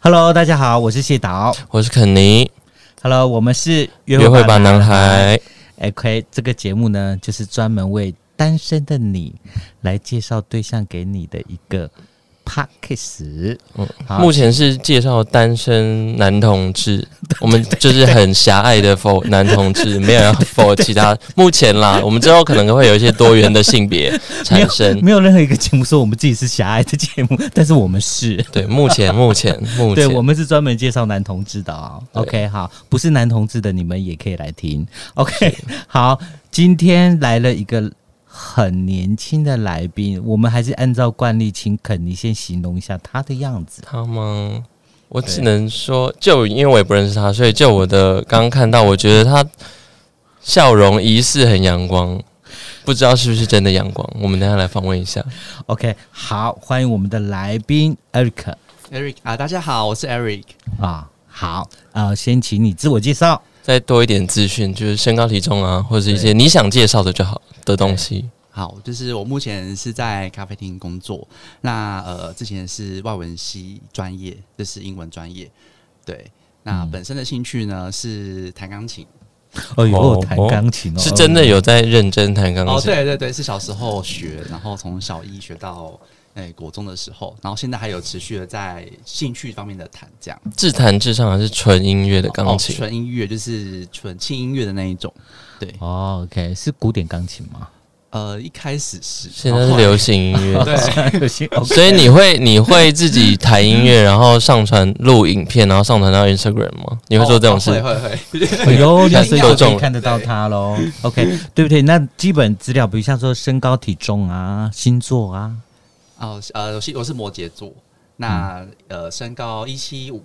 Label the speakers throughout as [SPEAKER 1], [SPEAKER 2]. [SPEAKER 1] Hello，大家好，我是谢导。
[SPEAKER 2] 我是肯尼，
[SPEAKER 1] Hello，我们是
[SPEAKER 2] 约会吧男。孩。
[SPEAKER 1] OK，这个哎节目呢，就是专门为单身的你来介绍对象给你的一个 p a c k a g
[SPEAKER 2] 嗯
[SPEAKER 1] 好
[SPEAKER 2] 目前是介绍单身男同 志，我们就是很狭隘的否男同志，没有要否其他。目前 啦，我们之后可能会有一些多元的性别产生。
[SPEAKER 1] 没有任何一个节目说我们自己是狭隘的节目，但是我们是。
[SPEAKER 2] 对，目前 目前目
[SPEAKER 1] 对，我
[SPEAKER 2] 前，
[SPEAKER 1] 们是专门介绍男同志的哦。
[SPEAKER 2] 对
[SPEAKER 1] OK，好，不是男同志的你们也可以来 听。OK，好，今天来了一个很年轻的来宾，我们还是按照惯例，请肯尼先形容一下他的样子。
[SPEAKER 2] 他吗？我只能说，就因为我也不认识他，所以就我的刚刚看到，我觉得他笑容疑似很阳光，不知道是不是真的阳光。我们等一下来访问一下。
[SPEAKER 1] OK，好，欢迎我们的来宾 Eric
[SPEAKER 3] Eric 啊，大家好，我是 Eric。
[SPEAKER 1] 啊。好，呃，先请你自我介绍。
[SPEAKER 2] 再多一点资讯，就是身高体重啊，或者是一些你想介绍的就好的东西。
[SPEAKER 3] 好，就是我目前是在咖啡厅工作，那呃之前是外文系专业，这、是英文专业，对。那
[SPEAKER 1] 嗯
[SPEAKER 3] 本身的兴趣呢是弹钢琴
[SPEAKER 1] 哦呦，
[SPEAKER 2] 哦
[SPEAKER 1] 弹钢琴哦，
[SPEAKER 2] 是真的有在认真弹钢
[SPEAKER 3] 哦，
[SPEAKER 2] 琴，
[SPEAKER 3] 对对对，是小时候学，然后从小一学到诶、国中的时候，然后现在还有持续的在兴趣方面的弹这样。
[SPEAKER 2] 自弹自唱还是纯音乐的钢
[SPEAKER 3] 哦
[SPEAKER 2] 琴？
[SPEAKER 3] 纯音乐就是纯轻音乐的那一种，对，
[SPEAKER 2] 嗯
[SPEAKER 1] 哦。OK，是古典钢琴吗？
[SPEAKER 3] 呃，一开始是，哦
[SPEAKER 2] 现在是流行音乐，
[SPEAKER 3] 对
[SPEAKER 1] 行，OK
[SPEAKER 2] 所以你会你会自己弹音乐，然后上传录影片，然后上传到 Instagram 吗？你
[SPEAKER 3] 你
[SPEAKER 2] 会做这种事？
[SPEAKER 3] 哦会会会，
[SPEAKER 1] 哎呦，那
[SPEAKER 2] 下
[SPEAKER 1] 所
[SPEAKER 2] 次
[SPEAKER 1] 以
[SPEAKER 2] 就
[SPEAKER 1] 就可
[SPEAKER 2] 中
[SPEAKER 1] 以
[SPEAKER 2] 了
[SPEAKER 1] 看得到他喽。OK，对不对？那基本资料，比如像说身高、体重啊、星座啊，
[SPEAKER 3] 哦，是呃，我是我是摩羯座，那、呃，身高一七五，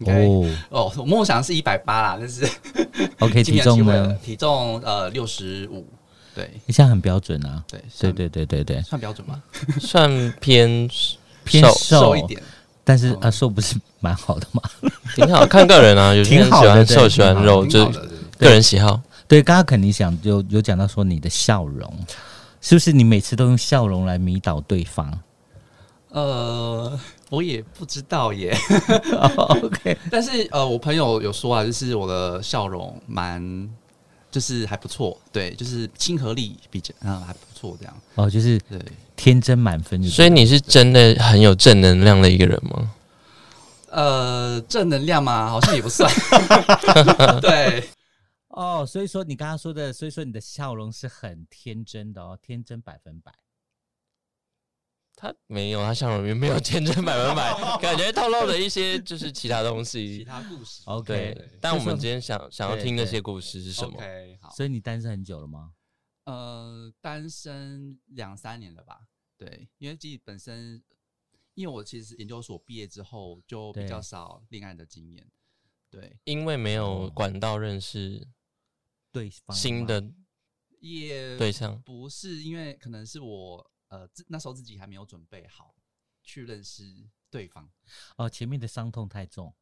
[SPEAKER 3] 应该哦
[SPEAKER 1] 哦
[SPEAKER 3] 我梦想是一百八啦，但是
[SPEAKER 1] ，OK，
[SPEAKER 3] 今
[SPEAKER 1] 体
[SPEAKER 3] 年有机
[SPEAKER 1] 重
[SPEAKER 3] 会了
[SPEAKER 1] 呢，
[SPEAKER 3] 体重呃六十五，对
[SPEAKER 1] 这样很标准啊。
[SPEAKER 3] 对
[SPEAKER 1] 对
[SPEAKER 3] 算
[SPEAKER 1] 对对对对，
[SPEAKER 3] 算标准吧，
[SPEAKER 2] 算偏
[SPEAKER 1] 偏
[SPEAKER 2] 瘦，
[SPEAKER 1] 瘦
[SPEAKER 3] 一，点，哦
[SPEAKER 1] 但是啊，瘦不是蛮好的嘛。
[SPEAKER 2] 挺好看个人 啊。有些
[SPEAKER 1] 挺
[SPEAKER 2] 人喜
[SPEAKER 1] 好的
[SPEAKER 2] 欢
[SPEAKER 1] 对
[SPEAKER 2] 瘦，喜欢
[SPEAKER 1] 挺好
[SPEAKER 2] 肉，
[SPEAKER 3] 挺
[SPEAKER 2] 就
[SPEAKER 3] 好的，对
[SPEAKER 2] 个人喜好。
[SPEAKER 1] 对，刚刚肯定想有有讲到说你的笑容，是不是你每次都用笑容来迷倒对方
[SPEAKER 3] 呃，我也不知道耶，
[SPEAKER 1] ？OK，
[SPEAKER 3] 但是呃，我朋友有说啊，就是我的笑容蛮。就是还不错，对，就是亲和力比较嗯还不错这样，
[SPEAKER 1] 哦，就是
[SPEAKER 3] 对，
[SPEAKER 1] 天真满分就对了，
[SPEAKER 2] 所以你是真的很有正能量的一个人吗？
[SPEAKER 3] 呃，正能量嘛，好像也不算， 对，
[SPEAKER 1] 哦，所以说你刚刚说的，所以说你的笑容是很天真的哦，天真百分百。
[SPEAKER 2] 他没有，他笑容里面没有天真百 分百，感觉透露了一些就是其他东
[SPEAKER 3] 其
[SPEAKER 2] 西。
[SPEAKER 3] 他故事
[SPEAKER 1] OK，
[SPEAKER 2] 对，但我们今天想想要听那些故事是什么？
[SPEAKER 3] OK，好，
[SPEAKER 1] 所以你单身很久了吗？
[SPEAKER 3] 呃，单身两三年了吧？对，因为自己本身，因为我其实研究所毕业之后就比较
[SPEAKER 1] 对
[SPEAKER 3] 少恋爱的经验，对，
[SPEAKER 2] 因为没有管道认识
[SPEAKER 1] 对方
[SPEAKER 2] 新的
[SPEAKER 1] 哦
[SPEAKER 3] 也
[SPEAKER 2] 对象，
[SPEAKER 3] 不是因为可能是我呃自那时候自己还没有准备好去认识对 方，
[SPEAKER 1] 哦，前面的伤痛太重。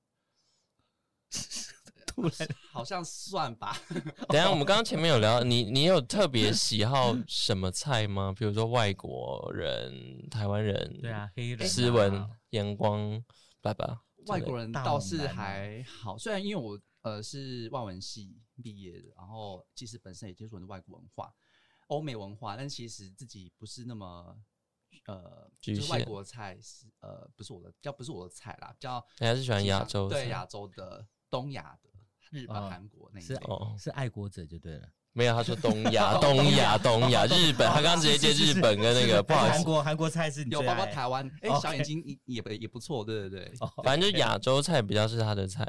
[SPEAKER 1] 突然
[SPEAKER 3] 好像算吧。
[SPEAKER 1] 哦
[SPEAKER 2] 等一下我们刚刚前面 有聊，你你有特别喜好什么菜吗？比如说外国人、台湾人，
[SPEAKER 1] 对，啊，黑人啊
[SPEAKER 2] 斯文、阳光，爸爸，
[SPEAKER 3] 外国人
[SPEAKER 1] 大
[SPEAKER 3] 倒
[SPEAKER 1] 猛
[SPEAKER 3] 是
[SPEAKER 1] 男啊
[SPEAKER 3] 还好，虽然因为我呃是外文系毕业的，然后其实本身也接触很多外国文化、欧美文化，但其实自己不是那么呃，
[SPEAKER 2] 局
[SPEAKER 3] 就是外
[SPEAKER 2] 限
[SPEAKER 3] 国菜是呃不是我的，比较不是我的菜啦，比较
[SPEAKER 2] 你还是喜欢
[SPEAKER 3] 倾
[SPEAKER 2] 亚
[SPEAKER 3] 向
[SPEAKER 2] 洲
[SPEAKER 3] 对
[SPEAKER 2] 菜
[SPEAKER 3] 亚洲的、东亚的、日本、
[SPEAKER 1] 哦
[SPEAKER 3] 韩国那一
[SPEAKER 1] 是
[SPEAKER 3] 类的。
[SPEAKER 2] 哦
[SPEAKER 1] 是爱国者就对了。
[SPEAKER 2] 没有，他说东 亚，东亚，东亚，日本，他刚刚直接接日本跟那个，不好意
[SPEAKER 1] 韩
[SPEAKER 2] 思，
[SPEAKER 1] 国韩国菜是你
[SPEAKER 3] 有
[SPEAKER 1] 最
[SPEAKER 3] 包括
[SPEAKER 1] 爱
[SPEAKER 3] 台
[SPEAKER 2] 哦
[SPEAKER 3] 湾，哎、
[SPEAKER 1] OK
[SPEAKER 3] 小眼睛也也不也不错，对对对，
[SPEAKER 1] 哦
[SPEAKER 2] 反正就亚洲菜比较是他的菜。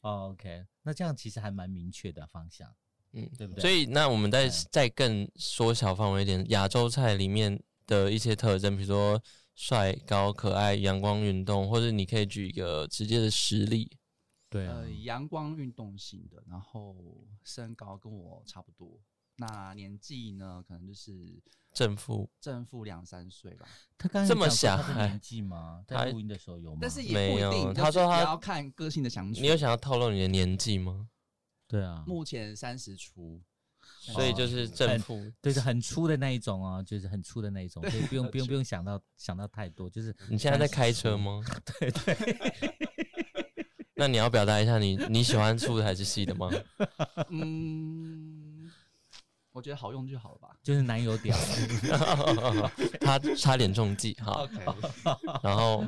[SPEAKER 1] 哦 OK，那这样其实还蛮明确的方向。
[SPEAKER 2] 嗯，
[SPEAKER 1] 对不对
[SPEAKER 2] 所以那我们再
[SPEAKER 1] 嗯
[SPEAKER 2] 再更缩小范围一点，亚洲菜里面的一些特征，比如说帅、高、可爱、阳光、运动，或者你可以举一个直接的实例。
[SPEAKER 1] 对
[SPEAKER 2] 啊
[SPEAKER 1] 啊
[SPEAKER 3] 呃，阳光运动型的，然后身高跟我差不多，那年纪呢，可能就是
[SPEAKER 2] 正负
[SPEAKER 3] 正负两三岁吧，
[SPEAKER 1] 他刚才
[SPEAKER 2] 这
[SPEAKER 1] 有
[SPEAKER 2] 么哎
[SPEAKER 1] 讲说他
[SPEAKER 2] 狭
[SPEAKER 1] 的
[SPEAKER 2] 隘
[SPEAKER 1] 年纪吗？
[SPEAKER 2] 他
[SPEAKER 1] 在录音的时候有吗？
[SPEAKER 3] 但是也
[SPEAKER 2] 没
[SPEAKER 3] 不一
[SPEAKER 2] 有
[SPEAKER 3] 定。
[SPEAKER 2] 他
[SPEAKER 3] 就是
[SPEAKER 2] 说他
[SPEAKER 3] 也要看个性的相处。
[SPEAKER 2] 你有想要透露你的年纪吗？
[SPEAKER 1] 对啊，
[SPEAKER 3] 目前三十出，
[SPEAKER 2] 所以就是正负，
[SPEAKER 1] 对，是哦很粗的那一种哦，就是很粗的那一种，所以不用不用不用想到想到太多，就是
[SPEAKER 2] 你现在在开车吗？
[SPEAKER 1] 对对，
[SPEAKER 2] 那你要表达一下你你喜欢粗的还是细的吗？
[SPEAKER 3] 嗯，我觉得好用就好了吧。
[SPEAKER 1] 就是男友屌。
[SPEAKER 2] 他差点中计哈，
[SPEAKER 3] OK，
[SPEAKER 2] 然后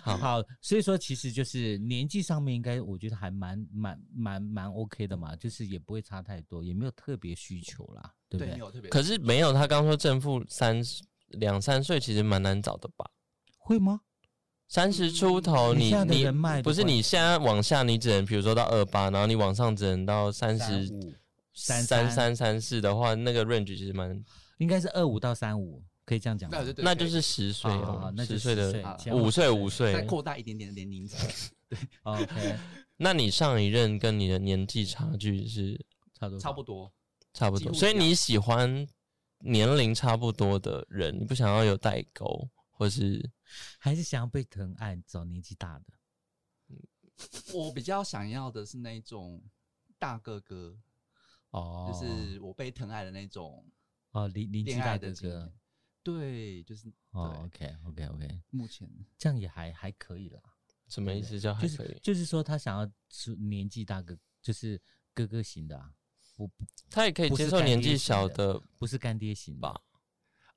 [SPEAKER 2] 好
[SPEAKER 1] 好，所以说其实就是年纪上面应该我觉得还蛮蛮蛮蛮 OK 的嘛，就是也不会差太多，也没有特别需求啦，对不对
[SPEAKER 3] 对，没？有特别。
[SPEAKER 2] 可是没有他刚说正负三十两三岁其实蛮难找的吧？
[SPEAKER 1] 会吗？
[SPEAKER 2] 三十出头
[SPEAKER 1] 你
[SPEAKER 2] 你
[SPEAKER 1] 嗯现在的
[SPEAKER 2] 你
[SPEAKER 1] 人脉的
[SPEAKER 2] 不是
[SPEAKER 1] 关
[SPEAKER 2] 你现在往下你只能比如说到二八，然后你往上只能到三十
[SPEAKER 1] 五三
[SPEAKER 2] 三三三四的话，那个 range 其实蛮，
[SPEAKER 1] 应该是二五到三五，可以这样讲吗。
[SPEAKER 3] 对对对，
[SPEAKER 2] 那就是是十岁
[SPEAKER 1] 好好好
[SPEAKER 2] 哦，
[SPEAKER 1] 啊那就
[SPEAKER 2] 十岁
[SPEAKER 1] 10
[SPEAKER 2] 的
[SPEAKER 1] 这样
[SPEAKER 2] 五岁五
[SPEAKER 3] 再
[SPEAKER 2] 岁。
[SPEAKER 3] 扩大一点点的年龄层，
[SPEAKER 1] OK，
[SPEAKER 2] 那你上一任跟你的年纪差距是
[SPEAKER 1] 差不多
[SPEAKER 3] 差不多。
[SPEAKER 2] 差不
[SPEAKER 3] 几乎
[SPEAKER 2] 多，
[SPEAKER 3] 一样
[SPEAKER 2] 所以你喜欢年龄差不多的人，你不想要有代沟，或是
[SPEAKER 1] 还是想要被疼爱，找年纪大的。
[SPEAKER 3] 我比较想要的是那种大哥哥，
[SPEAKER 1] 哦，
[SPEAKER 3] 就是我被疼爱的那种
[SPEAKER 1] 哦，邻邻居
[SPEAKER 3] 恋
[SPEAKER 1] 大
[SPEAKER 3] 爱
[SPEAKER 1] 哥
[SPEAKER 3] 的经
[SPEAKER 1] 哥
[SPEAKER 3] 验。。对，就是
[SPEAKER 1] 哦
[SPEAKER 3] 对
[SPEAKER 1] ，OK OK OK，
[SPEAKER 3] 目前
[SPEAKER 1] 这样也还还可以啦。
[SPEAKER 2] 什么意思叫还
[SPEAKER 1] 就
[SPEAKER 2] 可以
[SPEAKER 1] 是？就是说他想要是年纪大哥，就是哥哥型的啊，不不
[SPEAKER 2] 他也可以接受年纪小的，
[SPEAKER 1] 不是干爹型的
[SPEAKER 2] 吧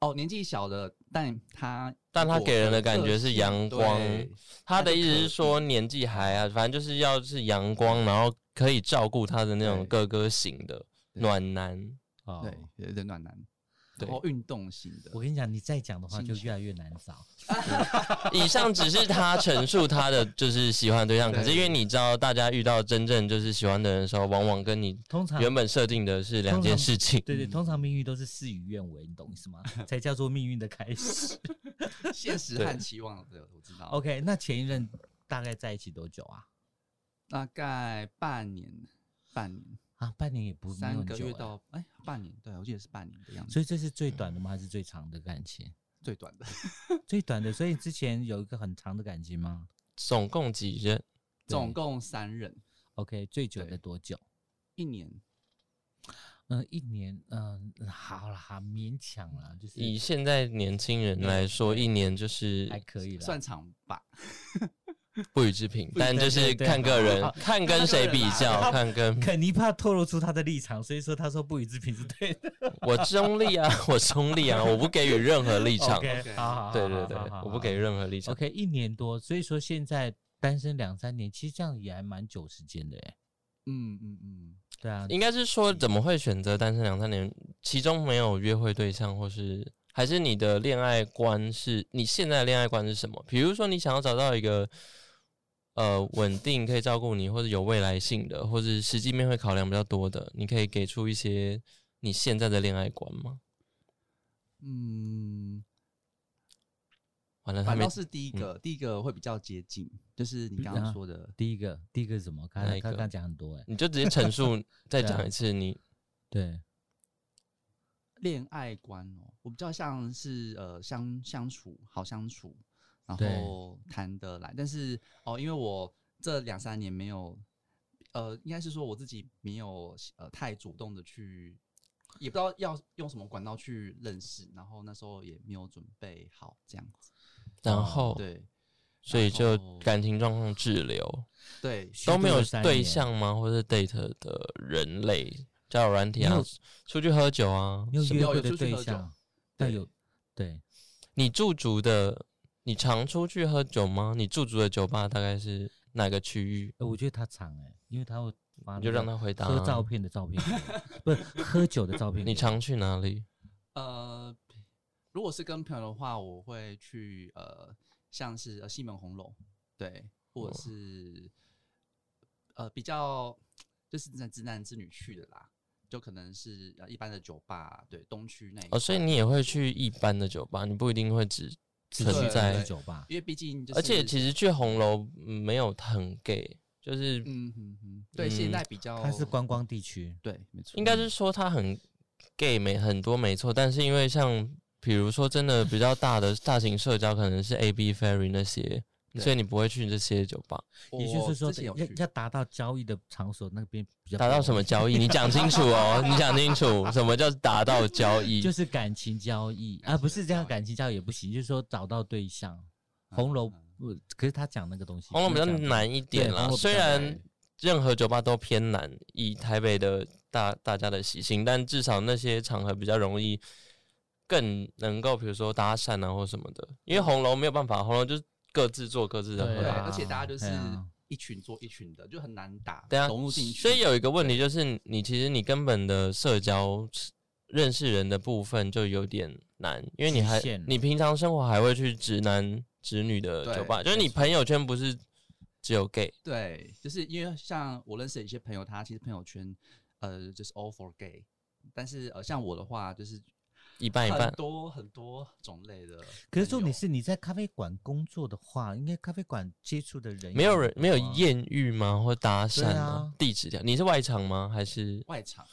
[SPEAKER 3] 哦，年纪小的，但他
[SPEAKER 2] 但他给人的感觉是阳光。
[SPEAKER 3] 对
[SPEAKER 2] 他的意思是说年纪还啊，反正就是要是阳光，然后可以照顾他的那种哥哥型的
[SPEAKER 3] 对
[SPEAKER 2] 暖男。
[SPEAKER 1] 哦。
[SPEAKER 3] 对对对暖男，
[SPEAKER 2] 对
[SPEAKER 3] 然后运动型的
[SPEAKER 1] 我，跟你讲，你再讲的话
[SPEAKER 3] 心
[SPEAKER 1] 就
[SPEAKER 3] 情
[SPEAKER 1] 越来越难找。
[SPEAKER 2] 以上只是他陈述他的就是喜欢的对象，
[SPEAKER 3] 对
[SPEAKER 2] 可是因为你知道，大家遇到真正就是喜欢的人的时候，往往跟你
[SPEAKER 1] 通常
[SPEAKER 2] 原本设定的是两件事情。
[SPEAKER 1] 嗯对对，
[SPEAKER 3] 嗯
[SPEAKER 1] 通常命运都是事与愿违，你懂意思 吗？才叫做命运的开始。
[SPEAKER 3] 现实和期望的，我知道。
[SPEAKER 1] OK，那前一任大概在一起多久啊？
[SPEAKER 3] 大概半年，半年，
[SPEAKER 1] 啊，半年也不没有
[SPEAKER 3] 三
[SPEAKER 1] 很
[SPEAKER 3] 个
[SPEAKER 1] 久
[SPEAKER 3] 月
[SPEAKER 1] 欸
[SPEAKER 3] 到哎，半年，对我记得是半年的样子，
[SPEAKER 1] 所以这是最短的吗？还是最长的感情？
[SPEAKER 3] 最短的，
[SPEAKER 1] 最短的，所以之前有一个很长的感情吗
[SPEAKER 2] 总共几任？
[SPEAKER 3] 总共三任，
[SPEAKER 1] ？OK，最久的
[SPEAKER 3] 对
[SPEAKER 1] 多久？
[SPEAKER 3] 一年。
[SPEAKER 1] 嗯、一年，嗯、好啦，好勉强啦，就是
[SPEAKER 2] 以现在年轻人来说，一年就
[SPEAKER 1] 还
[SPEAKER 2] 是
[SPEAKER 1] 可以啦。
[SPEAKER 3] 算长吧，
[SPEAKER 2] 不予置评，但就
[SPEAKER 1] 对
[SPEAKER 2] 是
[SPEAKER 1] 对
[SPEAKER 2] 看个
[SPEAKER 1] 好
[SPEAKER 2] 人，看跟谁比较，看跟
[SPEAKER 1] 肯尼怕透露出他的立场，所以说他说不予置评是对的。
[SPEAKER 2] 我中立啊，我中立啊，我不给予任何立场。
[SPEAKER 1] OK，好好好，
[SPEAKER 2] 对对
[SPEAKER 1] 好
[SPEAKER 2] 对
[SPEAKER 1] 好好，
[SPEAKER 2] 我不给予任何立场。
[SPEAKER 1] OK，一年多，所以说现在单身两三年，其实这样也还蛮久时间的哎。
[SPEAKER 3] 嗯嗯嗯，
[SPEAKER 1] 对啊，
[SPEAKER 2] 应该是说，怎么会选择单身两三年？其中没有约会对象，或是还是你的恋爱观是你现在的恋爱观是什么？比如说，你想要找到一个呃稳定可以照顾你，或者有未来性的，或者实际面会考量比较多的，你可以给出一些你现在的恋爱观吗？
[SPEAKER 3] 嗯，
[SPEAKER 2] 完了，他
[SPEAKER 3] 反
[SPEAKER 2] 没嗯
[SPEAKER 3] 倒是第一个，第一个会比较接近，就是
[SPEAKER 1] 嗯
[SPEAKER 3] 你刚
[SPEAKER 1] 啊
[SPEAKER 3] 刚说的，
[SPEAKER 1] 第一个，第一个是什么？刚
[SPEAKER 2] 哪
[SPEAKER 1] 才
[SPEAKER 2] 一个
[SPEAKER 1] 刚刚讲很多哎。
[SPEAKER 2] 你就直接陈述， 再讲一次你
[SPEAKER 1] 对，
[SPEAKER 3] 恋爱观哦，我比较像是呃相相处好相处，然后
[SPEAKER 1] 对
[SPEAKER 3] 谈得来，但是哦，因为我这两三年没有，呃，应该是说我自己没有呃太主动的去，也不知道要用什么管道去认识，然后那时候也没有准备好这样子，
[SPEAKER 2] 然后，
[SPEAKER 3] 对
[SPEAKER 2] 所以
[SPEAKER 3] 然
[SPEAKER 2] 就
[SPEAKER 3] 后
[SPEAKER 2] 感情状况滞留，
[SPEAKER 3] 对，
[SPEAKER 2] 都没有对
[SPEAKER 1] 虚
[SPEAKER 2] 象吗？或者 date 的人类交友软体
[SPEAKER 1] 没
[SPEAKER 2] 啊
[SPEAKER 1] 有，
[SPEAKER 2] 出去喝酒啊
[SPEAKER 1] 度了三年，没有
[SPEAKER 2] 什么
[SPEAKER 1] 约会的
[SPEAKER 3] 有出去
[SPEAKER 1] 对
[SPEAKER 3] 喝
[SPEAKER 1] 象
[SPEAKER 3] 酒，
[SPEAKER 1] 但
[SPEAKER 3] 对
[SPEAKER 1] 有对
[SPEAKER 2] 你驻足的，你常出去喝酒吗？你驻足的酒吧大概是哪个区域？
[SPEAKER 1] 呃，我觉得他长哎、欸，因为他会发那
[SPEAKER 2] 你
[SPEAKER 1] 个
[SPEAKER 2] 就让他回答、啊
[SPEAKER 1] 喝照。片的照片给我，不是喝酒的照片给
[SPEAKER 2] 你
[SPEAKER 1] 我。
[SPEAKER 2] 常去哪里？
[SPEAKER 3] 呃，如果是跟朋友的话，我会去呃，像是呃西门红楼，对，或
[SPEAKER 2] 哦
[SPEAKER 3] 者是、呃比较就是直男直男之女去的啦，就可能是呃一般的酒吧，对，东区那一
[SPEAKER 2] 哦，所以
[SPEAKER 3] 块
[SPEAKER 2] 你也会去一般的酒吧，你不一定会只
[SPEAKER 1] 自
[SPEAKER 2] 存
[SPEAKER 1] 己去
[SPEAKER 2] 在
[SPEAKER 1] 喝。酒吧，
[SPEAKER 3] 因为毕竟就是
[SPEAKER 2] 而且其实去红楼嗯没有很 gay，就是
[SPEAKER 3] 嗯嗯嗯，对，
[SPEAKER 2] 嗯
[SPEAKER 3] 现在比较
[SPEAKER 1] 它是观光地区，
[SPEAKER 3] 对，没错，
[SPEAKER 2] 应该是说他很 gay 没很多没错，但是因为像比如说真的比较大的大型社交，可能是 A B Ferry 那些，
[SPEAKER 3] 对
[SPEAKER 2] 所以你不会去这些酒吧。
[SPEAKER 3] 我
[SPEAKER 1] 也就是说
[SPEAKER 3] 之前有
[SPEAKER 1] 要
[SPEAKER 3] 去
[SPEAKER 1] 要达到交易的场所那边比较
[SPEAKER 2] 达到
[SPEAKER 1] 多
[SPEAKER 2] 什么交易？你讲清楚哦，你讲清楚什么叫达到交易？
[SPEAKER 1] 就是感情交易啊，
[SPEAKER 3] 感情
[SPEAKER 1] 不是这样，
[SPEAKER 3] 交易
[SPEAKER 1] 感情交易也不行，就是说找到对象。
[SPEAKER 3] 嗯
[SPEAKER 1] 红楼
[SPEAKER 3] 嗯
[SPEAKER 1] 我可是他讲那个东西，
[SPEAKER 2] 红楼比较
[SPEAKER 1] 就讲
[SPEAKER 2] 难一点啦
[SPEAKER 1] 对，
[SPEAKER 2] 虽然
[SPEAKER 1] 对
[SPEAKER 2] 任何酒吧都偏难，以台北的大大家的习性，但至少那些场合比较容易，更能够比如说搭讪啊或什么的，因为红楼没有办法，红楼就是各自做各自的
[SPEAKER 1] 对
[SPEAKER 2] 喝
[SPEAKER 3] 对，
[SPEAKER 1] 啊
[SPEAKER 2] 啊。
[SPEAKER 3] 而且大家就是
[SPEAKER 1] 对啊
[SPEAKER 3] 一群做一群的，就很难打
[SPEAKER 2] 对啊
[SPEAKER 3] 融入进，去。
[SPEAKER 2] 所以有一个问题就是，你其实你根本的社交认识人的部分就有点难，因为你还
[SPEAKER 1] 局限了
[SPEAKER 2] 你平常生活还会去直男直女的
[SPEAKER 3] 对
[SPEAKER 2] 酒吧，就是你朋友圈不是只有 gay，
[SPEAKER 3] 对，就是因为像我认识的一些朋友，他其实朋友圈呃就是 all for gay，但是呃像我的话就是
[SPEAKER 2] 一半一
[SPEAKER 3] 很
[SPEAKER 2] 半。
[SPEAKER 3] 多很多种类的朋友。
[SPEAKER 1] 可是重点是你在咖啡馆工作的话，应该咖啡馆接触的人
[SPEAKER 2] 没有人
[SPEAKER 1] 也
[SPEAKER 2] 没有
[SPEAKER 1] 很多啊
[SPEAKER 2] 艳遇吗？或搭讪
[SPEAKER 1] 对
[SPEAKER 2] 吗
[SPEAKER 1] 啊？
[SPEAKER 2] 地址条，你是外场吗？还是
[SPEAKER 3] 外场，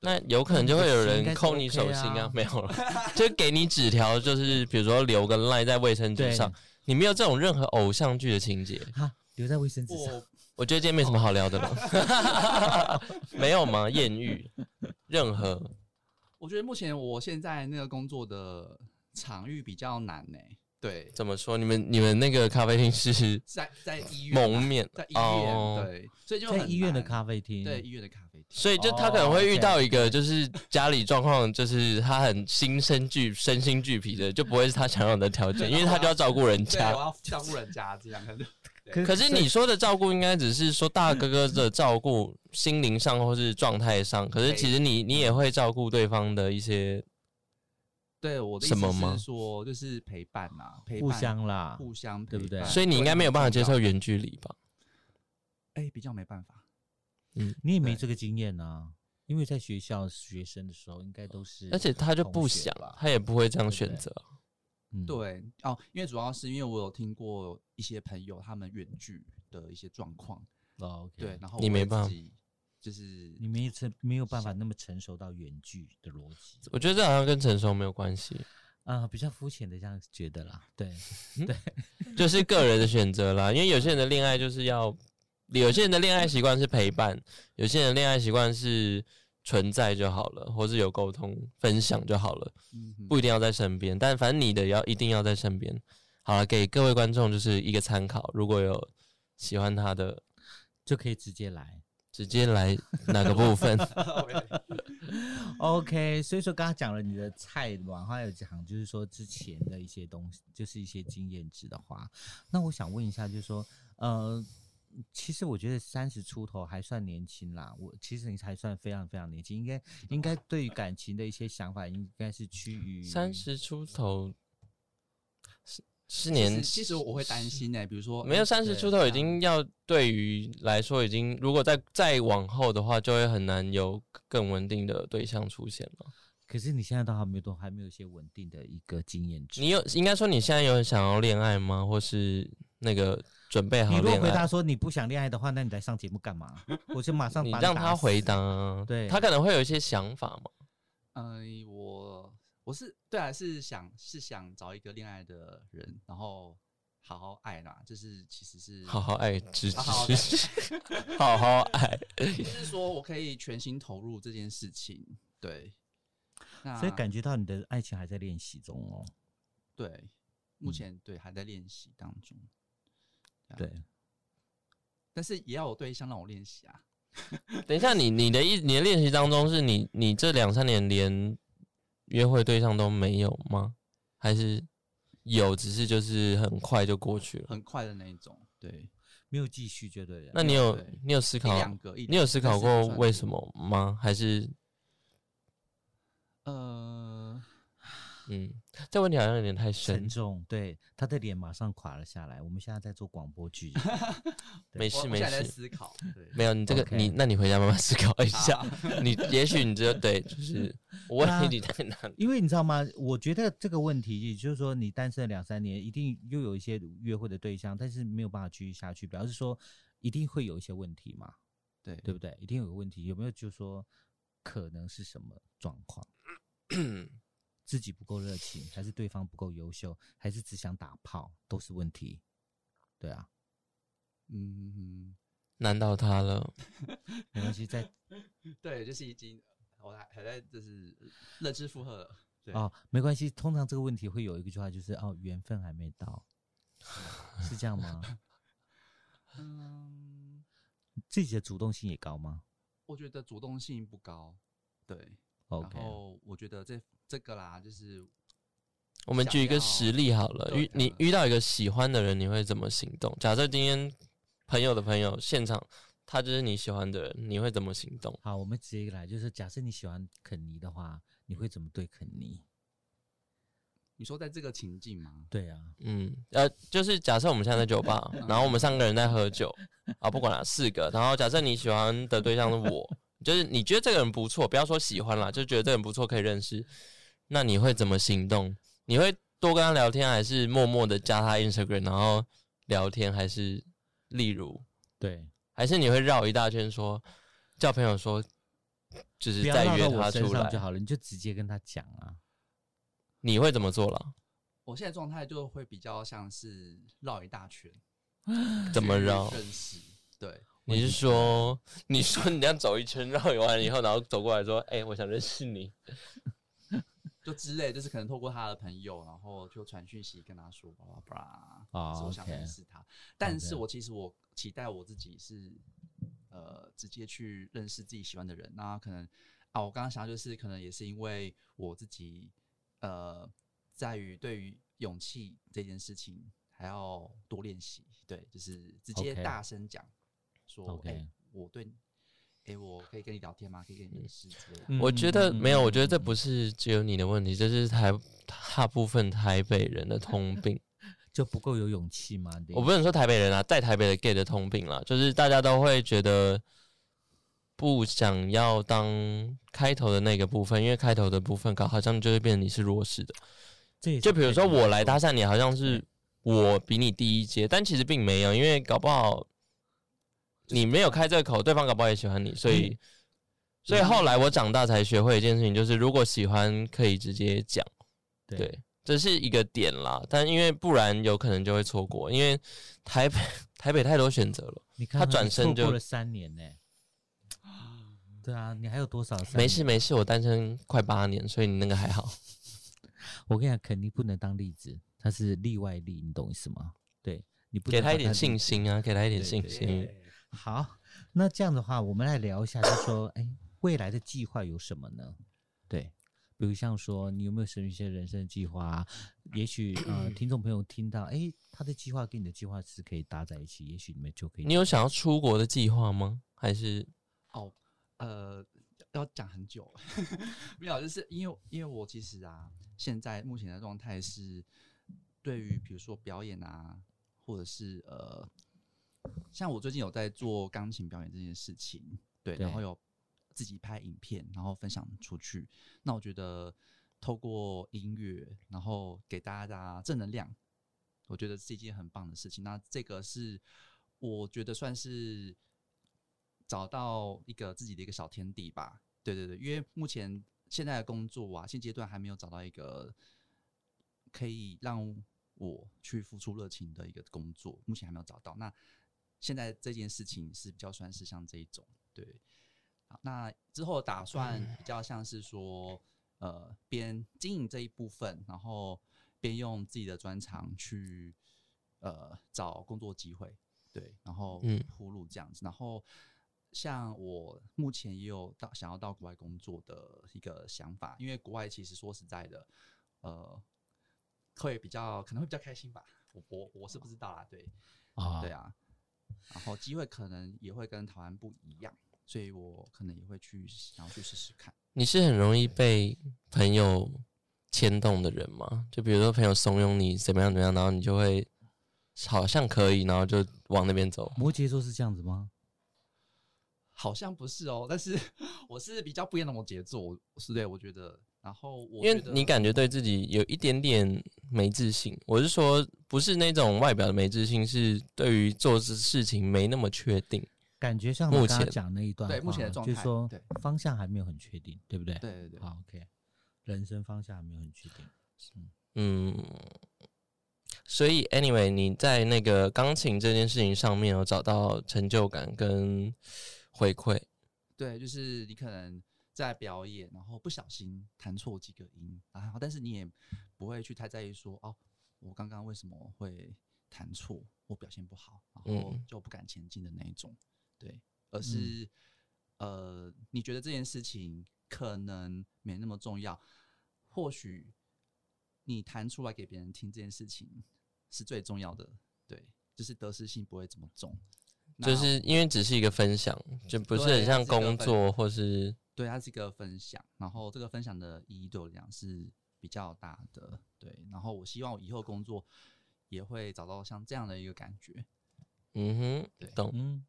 [SPEAKER 2] 那有可能就会有
[SPEAKER 1] 应该
[SPEAKER 2] 人
[SPEAKER 1] 是
[SPEAKER 2] 扣你
[SPEAKER 1] OK
[SPEAKER 2] 手心啊
[SPEAKER 1] 啊？
[SPEAKER 2] 没有了， 就给你纸条，就是比如说留个赖在卫生纸
[SPEAKER 1] 对
[SPEAKER 2] 上，你没有这种任何偶像剧的情节，
[SPEAKER 1] 哈留在卫生纸上，
[SPEAKER 3] 我
[SPEAKER 2] 我觉得今天没什么好聊的了， 没有吗？艳遇，任何
[SPEAKER 3] 我觉得目前我现在那个工作的场域比较难呢、对，
[SPEAKER 2] 怎么说？你们你们那个咖啡厅是
[SPEAKER 3] 在在医院，
[SPEAKER 2] 蒙面
[SPEAKER 3] 在医院、
[SPEAKER 2] 哦，
[SPEAKER 3] 对，所以就
[SPEAKER 1] 在
[SPEAKER 3] 很
[SPEAKER 1] 医院的
[SPEAKER 3] 难
[SPEAKER 1] 咖啡厅，
[SPEAKER 3] 对医院的咖啡厅，
[SPEAKER 2] 所以就他可能会遇到一个，就是家里状况，就是他很心生俱身心俱疲的，就不会是他想要的条 件，因为他就要照顾人
[SPEAKER 3] 对，啊
[SPEAKER 2] 家。
[SPEAKER 3] 我要照顾人家这样，
[SPEAKER 1] 可
[SPEAKER 2] 可是你说的照顾，应该只是说大哥哥的照顾，心灵上或是状态上。可是其实你你也会照顾对方的一些，
[SPEAKER 3] 对我的意
[SPEAKER 2] 什么
[SPEAKER 3] 思
[SPEAKER 2] 吗
[SPEAKER 3] 是说就是陪伴啊，陪伴
[SPEAKER 1] 互相啦，
[SPEAKER 3] 互相
[SPEAKER 1] 对不对
[SPEAKER 3] 陪伴
[SPEAKER 2] 所以你应该没有办法接受远距离吧？嗯
[SPEAKER 3] 哎、比较没办法。
[SPEAKER 1] 你也没
[SPEAKER 2] 对
[SPEAKER 1] 这个经验啊，因为在学校学生的时候应该都是，
[SPEAKER 2] 而且他就不想
[SPEAKER 1] 同学吧，
[SPEAKER 2] 他也不会这样选择。
[SPEAKER 1] 嗯，
[SPEAKER 3] 对哦，因为主要是因为我有听过一些朋友他们远距的一些状况，
[SPEAKER 1] 哦，OK
[SPEAKER 3] 对，然后
[SPEAKER 2] 你没办法嗯
[SPEAKER 3] 法，就是
[SPEAKER 1] 你没有成没有办法那么成熟到远距的逻辑
[SPEAKER 2] 我觉得这好像跟成熟没有关系，
[SPEAKER 1] 啊，比较肤浅的这样觉得啦，对，
[SPEAKER 2] 就是个人的选择啦。因为有些人的恋爱就是要，有些人的恋爱习惯是陪伴，有些人的恋爱习惯是存在就好了，或是有沟通分享就好了，
[SPEAKER 3] 嗯哼
[SPEAKER 2] 不一定要在身边。但反正你的也要一定要在身边。好了，给各位观众就是一个参考，如果有喜欢他的，
[SPEAKER 1] 就可以直接来。
[SPEAKER 2] 直接来哪个部 分？
[SPEAKER 3] 嗯
[SPEAKER 1] OK，所以说刚刚讲了你的菜嘛，还有讲就是说之前的一些东西，就是一些经验值的话，那我想问一下，就是说，呃，其实我觉得三十出头还算年轻啦，我其实你还算非常非常年轻，应该应该对于感情的一些想法应该是趋于
[SPEAKER 2] 三，十出头是是
[SPEAKER 3] 其
[SPEAKER 2] 年
[SPEAKER 3] 实其实我会担心呢、比如说
[SPEAKER 2] 没有三十出头已经要对于来说已经，如果再再往后的话，就会很难有更稳定的对象出现了。
[SPEAKER 1] 可是你现在都还没有都还没有一些稳定的一个经验值。
[SPEAKER 2] 你有应该说你现在有想要恋爱吗？或是那个准备
[SPEAKER 1] 你
[SPEAKER 2] 好
[SPEAKER 1] 如果
[SPEAKER 2] 恋
[SPEAKER 1] 回
[SPEAKER 2] 爱
[SPEAKER 1] 答？说你不想恋爱的话，那你来上节目干嘛？我就马上
[SPEAKER 2] 你
[SPEAKER 1] 把
[SPEAKER 2] 让
[SPEAKER 1] 打
[SPEAKER 2] 他
[SPEAKER 1] 死
[SPEAKER 2] 回答啊，
[SPEAKER 1] 对
[SPEAKER 2] 他可能会有一些想法嘛。
[SPEAKER 3] 嗯、呃我我是对啊，是想是想找一个恋爱的人，然后好好爱啦，就是其实 是
[SPEAKER 2] 好，好爱，只
[SPEAKER 3] 好好
[SPEAKER 2] 只 好好爱，
[SPEAKER 3] 就是说我可以全心投入这件事情，对，那
[SPEAKER 1] 所以感觉到你的爱情还在练习中哦。
[SPEAKER 3] 对，目
[SPEAKER 2] 嗯
[SPEAKER 3] 前对还在练习当中，啊
[SPEAKER 1] 对，
[SPEAKER 3] 但是也要有对象让我练习啊。
[SPEAKER 2] 等一下，你你的意你的练习当中是你你这两三年连约会对象都没有吗？还是有，只是就是很快就过去了？
[SPEAKER 3] 很快的那一种，对，
[SPEAKER 1] 没有继续就对了。
[SPEAKER 2] 那你有
[SPEAKER 3] 对
[SPEAKER 2] 你有思
[SPEAKER 3] 一
[SPEAKER 2] 考
[SPEAKER 3] 两个，一
[SPEAKER 2] 你有思考过为什
[SPEAKER 3] 么？
[SPEAKER 2] 么吗？还是
[SPEAKER 3] 呃，
[SPEAKER 2] 嗯，这问题好像有点太深
[SPEAKER 1] 沉，重，对他的脸马上垮了下来。我们现在在做广播剧，
[SPEAKER 2] 没
[SPEAKER 3] 呃
[SPEAKER 2] 事
[SPEAKER 3] 我我
[SPEAKER 2] 没
[SPEAKER 3] 现在在
[SPEAKER 2] 事，
[SPEAKER 3] 思考，对，
[SPEAKER 2] 没有你这个
[SPEAKER 1] OK
[SPEAKER 2] 你那你回家慢慢思考一下，你也许你这对 就是我问题你太难了，
[SPEAKER 1] 因为你知道吗？我觉得这个问题，也就是说，你单身了两三年，一定又有一些约会的对象，但是没有办法继续下去，表示说一定会有一些问题嘛，
[SPEAKER 3] 对，
[SPEAKER 1] 对不对？一定有个问题，有没有就是说可能是什么状况？自己不够热情，还是对方不够优秀，还是只想打炮，都是问题。对啊，
[SPEAKER 3] 嗯，
[SPEAKER 2] 难到他了。
[SPEAKER 1] 没关系，在
[SPEAKER 3] 对，就是已经我还还在就是认知负荷了，对，
[SPEAKER 1] 哦 哦，没关系。通常这个问题会有一个句话，就是哦，缘分还没到。是这样吗？
[SPEAKER 3] 嗯，
[SPEAKER 1] 自己的主动性也高吗
[SPEAKER 3] 我觉得主动性不高，对。
[SPEAKER 1] ？OK，
[SPEAKER 3] 然后我觉得这这个啦，就是
[SPEAKER 2] 我们举一个实例好了，
[SPEAKER 3] 想要
[SPEAKER 2] 遇你遇到一个喜欢的人，你会怎么行动？假设今天朋友的朋友现场，他就是你喜欢的人，你会怎么行动？
[SPEAKER 1] 好，我们直接来，就是假设你喜欢肯尼的话，你会怎么对肯尼？
[SPEAKER 3] 你说在这个情境吗？
[SPEAKER 1] 对啊，
[SPEAKER 2] 嗯，呃，就是假设我们现在在酒吧，
[SPEAKER 1] 嗯
[SPEAKER 2] 然后我们三个人在喝酒啊，不管了，四个。然后假设你喜欢的对象是我，就是你觉得这个人不错，不要说喜欢啦，就觉得这个人不错可以认识，那你会怎么行动？你会多跟他聊天，还是默默的加他 Instagram 然后聊天，还是例如，
[SPEAKER 1] 对，
[SPEAKER 2] 还是你会绕一大圈说叫朋友说，就是
[SPEAKER 1] 不要
[SPEAKER 2] 再
[SPEAKER 1] 绕
[SPEAKER 2] 约
[SPEAKER 1] 到我
[SPEAKER 2] 他
[SPEAKER 1] 身
[SPEAKER 2] 出来
[SPEAKER 1] 上就，好了，你就直接跟他讲啊。
[SPEAKER 2] 你会怎么做了？
[SPEAKER 3] 我现在状态就会比较像是绕一大圈，
[SPEAKER 2] 怎么绕
[SPEAKER 3] 去？认识，对，
[SPEAKER 2] 你是说， 你说你这样走一圈绕完以后，然后走过来说：“哎、我想认识你。
[SPEAKER 3] 就之类，就是可能透过他的朋友，然后就传讯息跟他说，巴拉巴拉，
[SPEAKER 1] 哦
[SPEAKER 3] 是我想
[SPEAKER 1] OK
[SPEAKER 3] 认识他。但是我其实我期待我自己是，呃，直接去认识自己喜欢的人。那可能啊，我刚刚想到就是，可能也是因为我自己，呃，在于对于勇气这件事情还要多练习。对，就是直接
[SPEAKER 1] OK
[SPEAKER 3] 大声讲说，
[SPEAKER 1] OK
[SPEAKER 3] 哎、我对你，哎、我可以跟你聊天吗？可以跟你认识之类的。
[SPEAKER 2] 我觉得
[SPEAKER 1] 嗯
[SPEAKER 2] 没有，我觉得这不是只有你的问题，这是台大部分台北人的通 病。
[SPEAKER 1] 就不够有勇气吗？你的
[SPEAKER 2] 我不能说台北人啊，在台北的 gay 的通病啦，就是大家都会觉得不想要当开头的那个部分，因为开头的部分搞好像就会变成你是弱势的。
[SPEAKER 1] 这也是
[SPEAKER 2] 就比如说我来
[SPEAKER 1] 对
[SPEAKER 2] 搭讪你，好像是我比你低一阶，但其实并没有，因为搞不好你没有开这个口，对方搞不好也喜欢你，所
[SPEAKER 1] 嗯
[SPEAKER 2] 以。所以后来我长大才学会一件事情，就是如果喜欢可以直接讲，
[SPEAKER 1] 对
[SPEAKER 2] 对，这是一个点啦。但因为不然有可能就会错过，因为 台北台北太多选择了。
[SPEAKER 1] 你看
[SPEAKER 2] 他转身
[SPEAKER 1] 你错
[SPEAKER 2] 就
[SPEAKER 1] 过了三年 呢、对啊，你还有多少三年？
[SPEAKER 2] 没事没事，我单身快八年，所以你那个还好。
[SPEAKER 1] 我跟你讲，肯定不能当例子，它是例外例，你懂意思吗？对你不能
[SPEAKER 2] 给他一点
[SPEAKER 1] 把它
[SPEAKER 2] 信心啊，给他一点
[SPEAKER 1] 对
[SPEAKER 2] 信
[SPEAKER 1] 对
[SPEAKER 2] 心。
[SPEAKER 1] 好，那这样的话，我们来聊一下，就说，哎，未来的计划有什么呢？对，比如像说，你有没有什么一些人生的计划啊？也许呃，听众朋友听到，哎，他的计划跟你的计划是可以搭在一起，也许你们就可以
[SPEAKER 2] 你有想要出国的计划吗？还是
[SPEAKER 3] 哦，呃，要讲很久， 没有，就是因为因为我其实啊，现在目前的状态是，对于比如说表演啊，或者是呃，像我最近有在做钢琴表演这件事情，对，
[SPEAKER 1] 对
[SPEAKER 3] 然后有自己拍影片，然后分享出去，那我觉得透过音乐，然后给大家正能量，我觉得是一件很棒的事情。那这个是我觉得算是找到一个自己的一个小天地吧。对对对，因为目前现在的工作啊，现阶段还没有找到一个可以让我去付出热情的一个工作，目前还没有找到。那现在这件事情是比较算是像这一种，对。好，那之后打算比较像是说，呃，边经营这一部分，然后边用自己的专长去呃找工作机会，对，然后
[SPEAKER 2] 嗯
[SPEAKER 3] 铺路这样子。然后像我目前也有到想要到国外工作的一个想法，因为国外其实说实在的，呃，会比较可能会比较开心吧。我我我是不知道啦，对，
[SPEAKER 1] 啊
[SPEAKER 3] 对啊，然后机会可能也会跟台湾不一样，所以我可能也会去想要去试试看。
[SPEAKER 2] 你是很容易被朋友牵动的人吗？就比如说朋友怂恿你怎么样怎么样，然后你就会好像可以，然后就往那边走。
[SPEAKER 1] 摩羯座是这样子吗？
[SPEAKER 3] 好像不是哦，但是 我是比较不一样的摩羯座，我是对，我觉得。然后我
[SPEAKER 2] 因为
[SPEAKER 3] 觉得
[SPEAKER 2] 你感觉对自己有一点点没自信，我是说不是那种外表的没自信，是对于做事情没那么确定。
[SPEAKER 1] 感觉像我
[SPEAKER 2] 目
[SPEAKER 1] 刚刚
[SPEAKER 2] 前
[SPEAKER 1] 讲那一段话，
[SPEAKER 3] 对目前的状态
[SPEAKER 1] 就是说
[SPEAKER 3] 对
[SPEAKER 1] 方向还没有很确定，对不对？
[SPEAKER 3] 对对对，
[SPEAKER 1] 好，OK，人生方向还没有很确定。
[SPEAKER 2] 嗯，所以 anyway，你在那个钢琴这件事情上面有找到成就感跟回馈，
[SPEAKER 3] 对，就是你可能在表演，然后不小心弹错几个音，然后但是你也不会去太在意说哦，我刚刚为什么会弹错或表现不好，然后
[SPEAKER 2] 嗯
[SPEAKER 3] 就不敢前进的那一种，对，而是、呃，你觉得这件事情可能没那么重要，或许你弹出来给别人听这件事情是最重要的，对，就是得失心不会这么重，
[SPEAKER 2] 就
[SPEAKER 3] 那
[SPEAKER 2] 是因为只是一个分享，就不是
[SPEAKER 3] 对
[SPEAKER 2] 很像工
[SPEAKER 3] 这个
[SPEAKER 2] 作或是
[SPEAKER 3] 对，它是一个分享，然后这个分享的意义对我来讲是比较大的，对。然后我希望我以后工作也会找到像这样的一个感觉，
[SPEAKER 2] 嗯哼
[SPEAKER 3] 对，
[SPEAKER 2] 懂
[SPEAKER 1] 嗯，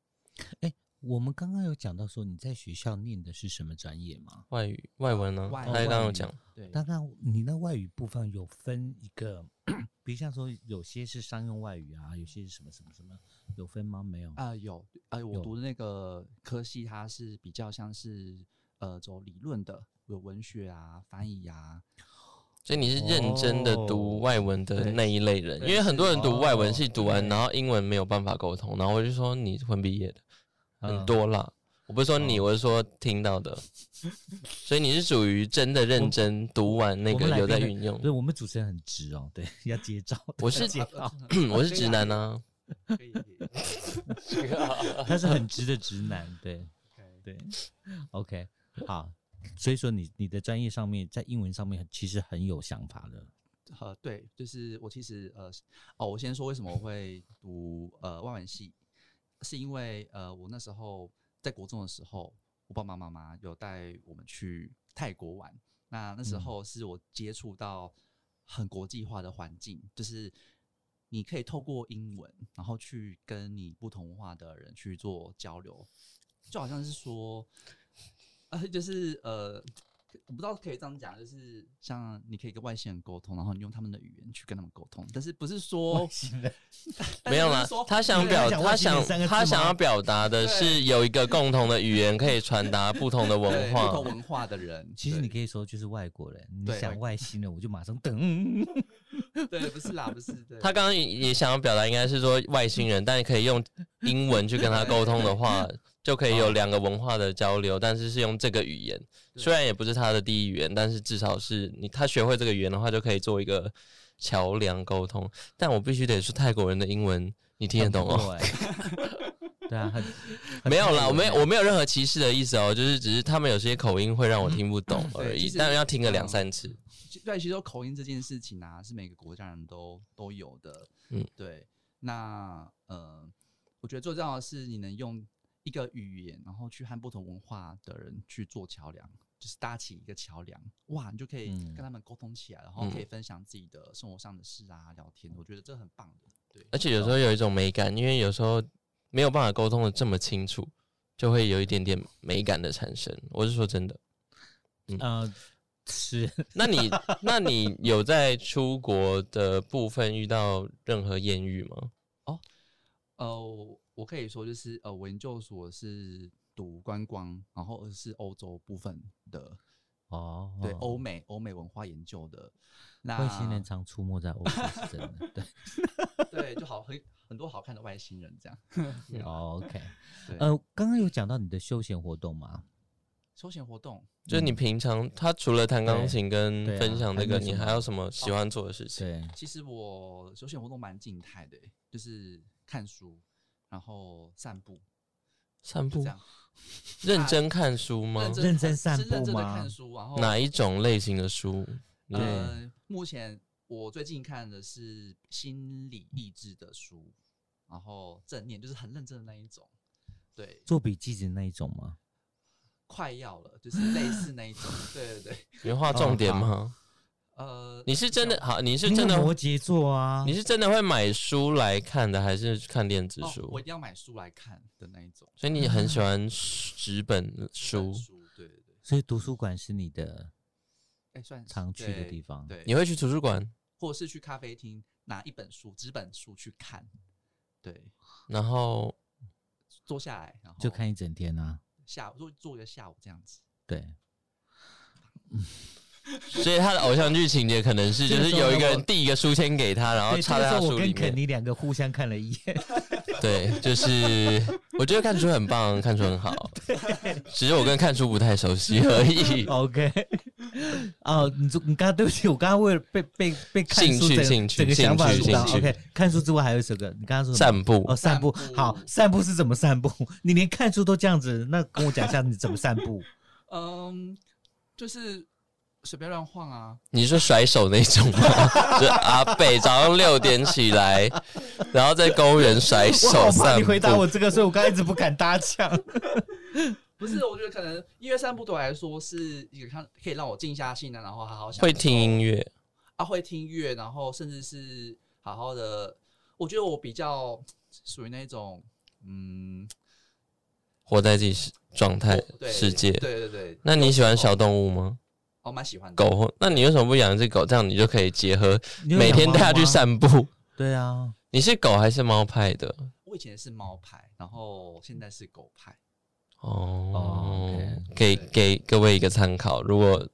[SPEAKER 1] 哎、我们刚刚有讲到说你在学校念的是什么专业吗？
[SPEAKER 2] 外语外文呢、
[SPEAKER 3] 外
[SPEAKER 2] 哦他刚刚有
[SPEAKER 3] 语
[SPEAKER 2] 讲，
[SPEAKER 3] 对，
[SPEAKER 1] 那那你那外语部分有分一个， 比如像说有些是商用外语啊，有些是什么什么什么，有分吗？没有。
[SPEAKER 3] 啊，有，呃，我
[SPEAKER 1] 有
[SPEAKER 3] 读的那个科系，它是比较像是呃走理论的，有文学啊、翻译啊，
[SPEAKER 2] 所以你是认真的
[SPEAKER 1] 哦
[SPEAKER 2] 读外文的
[SPEAKER 3] 对
[SPEAKER 2] 那一类人，
[SPEAKER 3] 对
[SPEAKER 2] 因为很多人读外文系读完，
[SPEAKER 1] 哦
[SPEAKER 2] 然后英文没有办法沟通，然后我就说你是混毕业的，
[SPEAKER 1] 嗯
[SPEAKER 2] 很多啦。我不是说你，我是说听到的。所以你是属于真的认真读完那
[SPEAKER 1] 我
[SPEAKER 2] 个
[SPEAKER 1] 们来
[SPEAKER 2] 有在
[SPEAKER 1] 宾的
[SPEAKER 2] 运用
[SPEAKER 1] 对，。我们主持人很直哦，对， 要接招。
[SPEAKER 2] 我是
[SPEAKER 1] 接招，
[SPEAKER 2] 我是直男啊，
[SPEAKER 3] 呃 可以可以
[SPEAKER 1] 他是很直的直男，对
[SPEAKER 3] ，OK，
[SPEAKER 1] 对。OK，好，所以说你你的专业上面，在英文上面其实很有想法的。
[SPEAKER 3] 呃，对，就是我其实呃，哦，我先说为什么我会读呃外文系，是因为呃，我那时候在国中的时候，我爸爸妈妈有带我们去泰国玩，那那时候是我接触到很国际化的环境，就是你可以透过英文，然后去跟你不同文化的人去做交流，就好像是说，呃，就是呃，我不知道可以这样讲，就是像你可以跟外星人沟通，然后你用他们的语言去跟他们沟通，但是不是说
[SPEAKER 2] 没有
[SPEAKER 3] 啦
[SPEAKER 2] 啦，，他想表
[SPEAKER 1] 讲
[SPEAKER 2] 他
[SPEAKER 1] 外星人
[SPEAKER 2] 想
[SPEAKER 1] 三个字
[SPEAKER 2] 他
[SPEAKER 1] 吗
[SPEAKER 2] 想要表达的是有一个共同的语言可以传达不同的
[SPEAKER 3] 对
[SPEAKER 2] 文
[SPEAKER 3] 不
[SPEAKER 2] 化
[SPEAKER 3] 同。文化的人，
[SPEAKER 1] 其实你
[SPEAKER 3] 对
[SPEAKER 1] 可以说就是外国人，你
[SPEAKER 3] 对外
[SPEAKER 1] 想
[SPEAKER 3] 国
[SPEAKER 1] 外星人，我就马上等。
[SPEAKER 3] 对，不是啦，不是对，
[SPEAKER 2] 他刚刚也也想要表达，应该是说外星人，但可以用英文去跟他沟通的话，就可以有两个文化的交流，但是是用这个语言，
[SPEAKER 3] 对
[SPEAKER 2] 虽然也不是他的第一语言，但是至少是你他学会这个语言的话，就可以做一个桥梁沟通。但我必须得说，泰国人的英文你听得懂
[SPEAKER 1] 对，
[SPEAKER 2] 哦？
[SPEAKER 1] 哎 对啊，很很
[SPEAKER 2] 没有啦，
[SPEAKER 1] 泰国
[SPEAKER 2] 我没有
[SPEAKER 1] 人
[SPEAKER 2] 我没有任何歧视的意思哦，就是只是他们有些口音会让我听不懂
[SPEAKER 3] 嗯对
[SPEAKER 2] 而
[SPEAKER 3] 其
[SPEAKER 2] 已，
[SPEAKER 3] 实嗯
[SPEAKER 2] 但要听个两三次。
[SPEAKER 3] 其对，其实口音这件事情啊，是每个国家人都都有的。
[SPEAKER 2] 嗯
[SPEAKER 3] 嗯，对。那呃，我觉得最重要的是你能用一个语言，然后去和不同文化的人去做桥梁，就是搭起一个桥梁。哇，你就可以
[SPEAKER 1] 嗯
[SPEAKER 3] 跟他们沟通起来，然后可以分享自己的生活上的事啊，聊天。我觉得这很棒的。对，
[SPEAKER 2] 而且有时候有一种美感，因为有时候没有办法沟通的这么清楚，就会有一点点美感的产生。我是说真的。
[SPEAKER 1] 呃是
[SPEAKER 2] 那 你那你有在出国的部分遇到任何艳遇吗？
[SPEAKER 3] 呃，我我可以说就是呃，我研究所是读观光，然后是欧洲部分的，
[SPEAKER 1] 哦，
[SPEAKER 3] 对欧美啊欧美文化研究的。那
[SPEAKER 1] 外星人常出没在欧洲是真 的。对。
[SPEAKER 3] 对，就好很很多好看的外星人这样。
[SPEAKER 1] 哦 OK，
[SPEAKER 3] 对，
[SPEAKER 1] 呃，刚刚有讲到你的休闲活动嘛？
[SPEAKER 3] 休闲活动
[SPEAKER 2] 就是你平常他除了弹钢琴跟
[SPEAKER 1] 对对啊
[SPEAKER 2] 分享这个，
[SPEAKER 3] 嗯
[SPEAKER 1] 还有什
[SPEAKER 2] 你
[SPEAKER 1] 么
[SPEAKER 2] 还有什么喜欢做的事情？
[SPEAKER 1] 对，
[SPEAKER 3] 其实我休闲活动蛮静态的欸、就是看书，然后散步，
[SPEAKER 2] 散
[SPEAKER 3] 就
[SPEAKER 2] 步
[SPEAKER 3] 这，样。
[SPEAKER 2] 认真看书哦吗？
[SPEAKER 1] 认真
[SPEAKER 3] 看
[SPEAKER 1] 散
[SPEAKER 3] 是认
[SPEAKER 1] 步
[SPEAKER 3] 真的
[SPEAKER 1] 吗
[SPEAKER 3] 看书，然后
[SPEAKER 2] 哪一种类型的书？
[SPEAKER 1] 对
[SPEAKER 3] 呃，目前我最近看的是心理意志的书，然后正念就是很认真的那一种，对，
[SPEAKER 1] 做笔记的那一种吗？
[SPEAKER 3] 快要了，就是类似那一种，对对对，
[SPEAKER 2] 你会画重点吗？
[SPEAKER 3] 呃，
[SPEAKER 2] 你是真的好？你是
[SPEAKER 1] 你
[SPEAKER 2] 真的
[SPEAKER 1] 有？摩羯座啊？
[SPEAKER 2] 你是真的会买书来看的，还是看电子
[SPEAKER 3] 哦
[SPEAKER 2] 书？
[SPEAKER 3] 我一定要买书来看的那一种
[SPEAKER 2] 所以你很喜欢纸本书
[SPEAKER 1] 嗯
[SPEAKER 3] 看，书，对对对，
[SPEAKER 1] 所以图书馆是你的
[SPEAKER 3] 哎、算是
[SPEAKER 1] 常去的
[SPEAKER 3] 对
[SPEAKER 1] 地方。
[SPEAKER 3] 对，
[SPEAKER 2] 你会去图书馆，
[SPEAKER 3] 或者是去咖啡厅拿一本书、纸本书去看，对，
[SPEAKER 2] 然后
[SPEAKER 3] 坐下来，然后
[SPEAKER 1] 就看一整天啊。
[SPEAKER 3] 下午，做做一个下午这样子。
[SPEAKER 1] 对，
[SPEAKER 2] 所以他的偶像剧情节可能是，就是有一个人递一个书签给他，然后
[SPEAKER 1] 对，
[SPEAKER 2] 哦插
[SPEAKER 1] 这
[SPEAKER 2] 在
[SPEAKER 1] 个时
[SPEAKER 2] 他
[SPEAKER 1] 候
[SPEAKER 2] 书
[SPEAKER 1] 我
[SPEAKER 2] 里
[SPEAKER 1] 跟肯
[SPEAKER 2] 面。
[SPEAKER 1] 尼两个互相看了一眼，
[SPEAKER 2] 对，就是我觉得看书
[SPEAKER 1] 。
[SPEAKER 2] 很棒，看书很好。只是我跟看书不太熟悉而已
[SPEAKER 1] OK， 哦，你就你刚刚对不起，我刚刚为了被被被看
[SPEAKER 2] 兴
[SPEAKER 1] 书
[SPEAKER 2] 趣
[SPEAKER 1] 整个
[SPEAKER 2] 兴趣
[SPEAKER 1] 整个
[SPEAKER 2] 兴
[SPEAKER 1] 想法
[SPEAKER 2] 趣
[SPEAKER 1] 主导。
[SPEAKER 2] 兴趣
[SPEAKER 1] OK，看书之外还有什么？你刚刚说什么
[SPEAKER 2] 散步
[SPEAKER 1] 哦，散步
[SPEAKER 3] 散步
[SPEAKER 1] 好，散步是怎么散步？你连看书都这样子，那跟我讲一下你怎么散 步？
[SPEAKER 3] 嗯，就是随便乱晃啊，
[SPEAKER 2] 你说甩手那 种吗？就是阿北早上六点起来，然后在公园甩
[SPEAKER 1] 我好
[SPEAKER 2] 手
[SPEAKER 1] 怕
[SPEAKER 2] 散
[SPEAKER 1] 你
[SPEAKER 2] 步
[SPEAKER 1] 回。答我这个，所以我刚刚一直不敢搭 腔。
[SPEAKER 3] 不是，我觉得可能音乐散步对我来说是一个看可以让我静下心来，然后好好享受
[SPEAKER 2] 会听音乐，
[SPEAKER 3] 啊，会听音乐，然后甚至是好好的。我觉得我比较属于那种，嗯，
[SPEAKER 2] 活在自己世状态
[SPEAKER 3] 我对
[SPEAKER 2] 世界。
[SPEAKER 3] 对对对，
[SPEAKER 2] 那你喜欢小动物吗？
[SPEAKER 3] 我蛮喜欢的。
[SPEAKER 2] 狗或？那你为什么不养一只狗？这样你就可以结合
[SPEAKER 1] 你有
[SPEAKER 2] 每天
[SPEAKER 1] 养猫
[SPEAKER 2] 带它去
[SPEAKER 1] 吗。
[SPEAKER 2] 散步。
[SPEAKER 1] 对啊，
[SPEAKER 2] 你是狗还是猫派的？
[SPEAKER 3] 我以前是猫派，然后现在是狗派。
[SPEAKER 2] 哦
[SPEAKER 3] 哦，OK，
[SPEAKER 2] 给
[SPEAKER 3] 对
[SPEAKER 2] 给各位一个参考。如果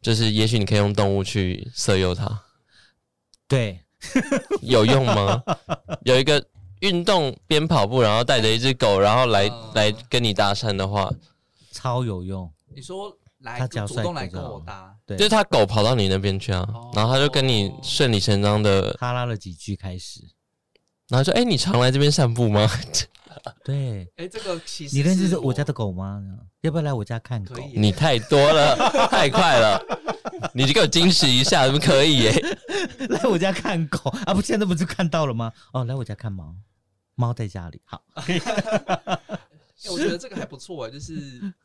[SPEAKER 2] 就是，也许你可以用动物去色诱它，
[SPEAKER 1] 对，
[SPEAKER 2] 有用吗？有一个运动边跑步，然后带着一只狗，然后来、
[SPEAKER 3] 嗯
[SPEAKER 2] 来跟你搭讪的话，
[SPEAKER 1] 超有用。
[SPEAKER 3] 你说来
[SPEAKER 1] 他只要
[SPEAKER 3] 主
[SPEAKER 1] 帅
[SPEAKER 3] 动
[SPEAKER 1] 哥
[SPEAKER 3] 来
[SPEAKER 1] 就
[SPEAKER 3] 跟
[SPEAKER 1] 好
[SPEAKER 3] 我
[SPEAKER 1] 了
[SPEAKER 3] 搭，
[SPEAKER 1] 对，
[SPEAKER 2] 就是它狗跑到你那边去啊，
[SPEAKER 3] 哦
[SPEAKER 2] 然后它就跟你顺理成章的，
[SPEAKER 1] 哈拉了几句开始。
[SPEAKER 2] 然后说：“哎、你常来这边散步吗
[SPEAKER 1] 对，
[SPEAKER 3] 哎、这个其实
[SPEAKER 1] 你认识
[SPEAKER 3] 是
[SPEAKER 1] 我家的狗吗？要不要来我家看狗
[SPEAKER 3] 可？”以
[SPEAKER 2] 你太多了，太快了，你就给我矜持一下，怎么可以、耶？
[SPEAKER 1] 来我家看狗啊？不，现在不是看到了吗？哦，来我家看猫，猫在家里。好，
[SPEAKER 3] 欸我觉得这个还不 错哎、就是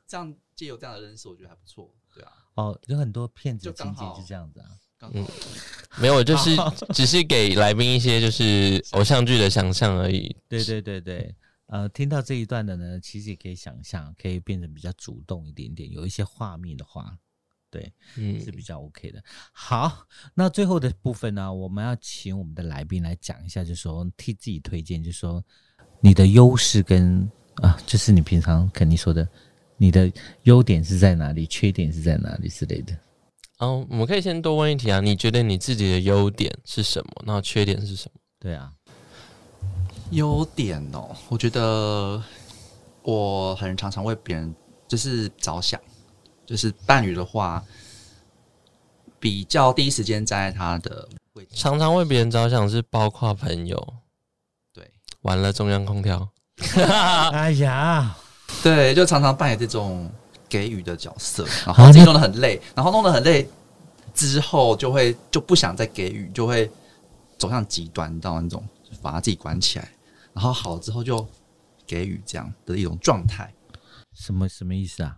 [SPEAKER 3] 这样借由这样的认识，我觉得还不错。对啊，
[SPEAKER 1] 哦，有很多骗子的
[SPEAKER 3] 就刚
[SPEAKER 1] 情节
[SPEAKER 3] 好
[SPEAKER 1] 就这样子啊。
[SPEAKER 3] 刚好、
[SPEAKER 2] 没有，我就是只是给来宾一些就是偶像剧的想象而已。
[SPEAKER 1] 对对对对，呃，听到这一段的呢，其实也可以想象，可以变得比较主动一点点，有一些画面的话，对，
[SPEAKER 2] 嗯
[SPEAKER 1] 是比较 OK 的。好，那最后的部分呢，我们要请我们的来宾来讲一下，就说替自己推荐，就说你的优势跟啊，就是你平常肯定说的，你的优点是在哪里，缺点是在哪里之类的。
[SPEAKER 2] 哦，我们可以先多问一题啊，你觉得你自己的优点是什么？然后缺点是什么？
[SPEAKER 1] 对啊，
[SPEAKER 3] 优点哦，我觉得我很常常为别人就是着想，就是伴侣的话，比较第一时间站在他的位置。
[SPEAKER 2] 常常为别人着想是包括朋友。
[SPEAKER 3] 对
[SPEAKER 2] 完了，中央空调。啊
[SPEAKER 1] 哎呀，
[SPEAKER 3] 对，就常常扮演这种给予的角色，然后自己弄得很累，然后弄得很累之后，就会就不想再给予，就会走向极端到那种就把他自己关起来，然后好了之后就给予这样的一种状态。
[SPEAKER 1] 什么什么意思啊？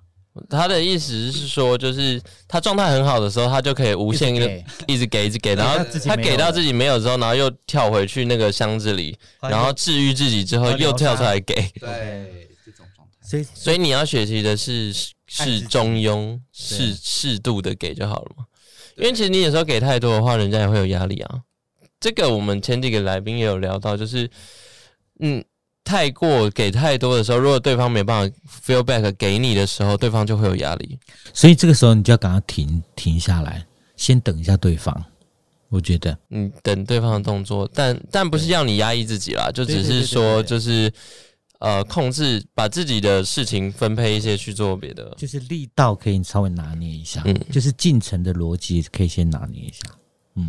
[SPEAKER 2] 他的意思是说，就是他状态很好的时候，他就可以无限
[SPEAKER 1] 一直给
[SPEAKER 2] 的一直给，一直给，然后
[SPEAKER 1] 自己
[SPEAKER 2] 他
[SPEAKER 1] 没有
[SPEAKER 2] 给到
[SPEAKER 1] 了
[SPEAKER 2] 自己没有之后，然后又跳回去那个箱子里，
[SPEAKER 1] 哎
[SPEAKER 2] 然后治愈自己之后
[SPEAKER 1] 他疗
[SPEAKER 2] 又跳出
[SPEAKER 1] 伤
[SPEAKER 2] 来给。
[SPEAKER 1] OK
[SPEAKER 3] 对，这种状态。
[SPEAKER 1] 所以
[SPEAKER 2] 所以你要学习的是适
[SPEAKER 1] 爱自己
[SPEAKER 2] 适中庸、
[SPEAKER 1] 对
[SPEAKER 2] 适适度的给就好了嘛。因
[SPEAKER 3] 对
[SPEAKER 2] 为其实你有时候给太多的话，人家也会有压力啊。这个我们前几个来宾也有聊到，就是嗯，太过给太多的时候，如果对方没办法 feel back 给你的时候，对方就会有压力。
[SPEAKER 1] 所以这个时候你就要赶快停停下来，先等一下对方。我觉得
[SPEAKER 2] 你等对方的动作，但但不是要你压抑自己啦，就只是
[SPEAKER 1] 对对对对对
[SPEAKER 2] 说就是呃控制，把自己的事情分配一些去做别的。
[SPEAKER 1] 就是力道可以稍微拿捏一下，
[SPEAKER 2] 嗯
[SPEAKER 1] 就是进程的逻辑可以先拿捏一下。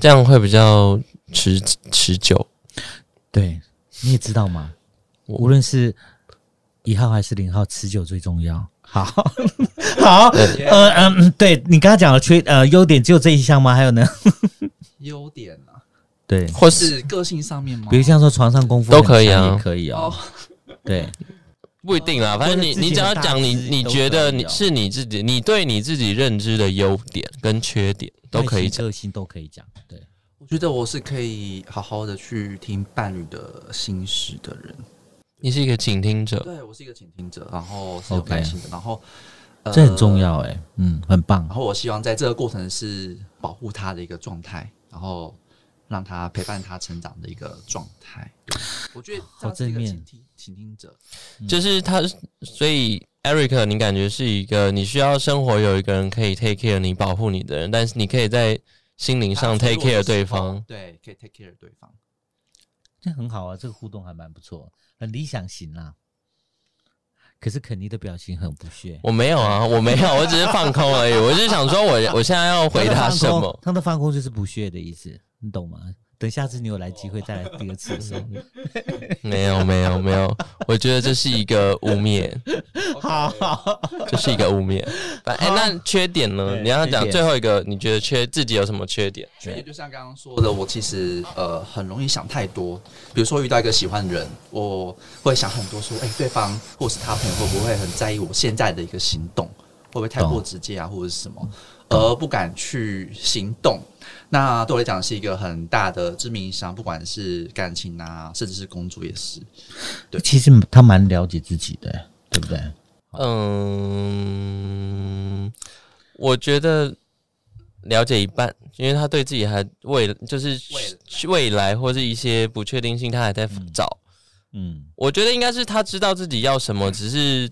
[SPEAKER 2] 这样会比较持持久。
[SPEAKER 1] 对，你也知道嘛，
[SPEAKER 2] 我
[SPEAKER 1] 无论是一号还是零号，持久最重要。好， 好，呃嗯，嗯对你刚刚讲的缺呃优点只有这一项吗？还有呢？
[SPEAKER 3] 优点啊，
[SPEAKER 1] 对，
[SPEAKER 2] 或是
[SPEAKER 3] 是个性上面吗？
[SPEAKER 1] 比如像说床上功夫
[SPEAKER 2] 都可以啊
[SPEAKER 1] 很强也可以哦
[SPEAKER 3] 啊哦。，
[SPEAKER 1] 对，
[SPEAKER 2] 不一定啦，反正你
[SPEAKER 1] 哦或者自己
[SPEAKER 2] 你只要
[SPEAKER 1] 很大
[SPEAKER 2] 讲你
[SPEAKER 1] 只
[SPEAKER 2] 你
[SPEAKER 1] 都
[SPEAKER 2] 觉得
[SPEAKER 1] 可以
[SPEAKER 2] 你
[SPEAKER 1] 哦
[SPEAKER 2] 是你自己，你对你自己认知的优点跟缺点都可以讲。
[SPEAKER 1] 个性都可以讲。对，
[SPEAKER 3] 我觉得我是可以好好的去听伴侣的心事的人。
[SPEAKER 2] 你是一个倾听者，
[SPEAKER 3] 对我是一个倾听者，然后是有
[SPEAKER 1] OK
[SPEAKER 3] 耐心的，然后、呃
[SPEAKER 1] 这很重。要哎、嗯，很棒
[SPEAKER 3] 然。后我希望在这个过程是保护他的一个状态，然后让他陪伴他成长的一个状态。对我觉得这样是一
[SPEAKER 1] 好正
[SPEAKER 3] 个
[SPEAKER 1] 面
[SPEAKER 3] 倾听倾听者，
[SPEAKER 1] 嗯
[SPEAKER 2] 就是他，所以 Eric，你感觉是一个你需要生活有一个人可以 take care 你、保护你的人，但是你可以在心灵
[SPEAKER 1] 啊
[SPEAKER 2] 上
[SPEAKER 3] 他
[SPEAKER 2] take
[SPEAKER 3] 脆弱的
[SPEAKER 2] care 对
[SPEAKER 3] 时候
[SPEAKER 2] 方。
[SPEAKER 3] 对，可以 take care 对方。
[SPEAKER 1] 这很好啊，这个互动还蛮不错，很理想型啦、可是肯尼的表情很不屑。
[SPEAKER 2] 我没有啊，我没有，我只是放空而已。我就想说我，我现在 要回答什
[SPEAKER 1] 他的放
[SPEAKER 2] 么
[SPEAKER 1] 空？？他的放空就是不屑的意思，你懂吗？等下次你有来机会再来第二次的时候，
[SPEAKER 2] 没有，没有，没有。我觉得这是一个污蔑，
[SPEAKER 1] 好好
[SPEAKER 2] 这是一个污蔑。反哎、那缺点呢？
[SPEAKER 1] 对
[SPEAKER 2] 你要
[SPEAKER 1] 缺
[SPEAKER 2] 讲
[SPEAKER 1] 点
[SPEAKER 2] 最后一个，你觉得缺自己有什么缺点？
[SPEAKER 3] 所以就像刚刚说的，我其实呃很容易想太多。比如说遇到一个喜欢的人，我会想很多说，哎、对方或是他朋友会不会很在意我现在的一个行动，会不会太过
[SPEAKER 1] 懂
[SPEAKER 3] 直接啊，或者是什么，而不敢去行动。那对我来讲是一个很大的致命伤，不管是感情啊，甚至是工作也是。
[SPEAKER 1] 其实他蛮了解自己的，对不对？
[SPEAKER 2] 嗯，我觉得了解一半，因为他对自己还未就是未来或是一些不确定性，他还在找。
[SPEAKER 1] 嗯，
[SPEAKER 2] 我觉得应该是他知道自己要什么，只是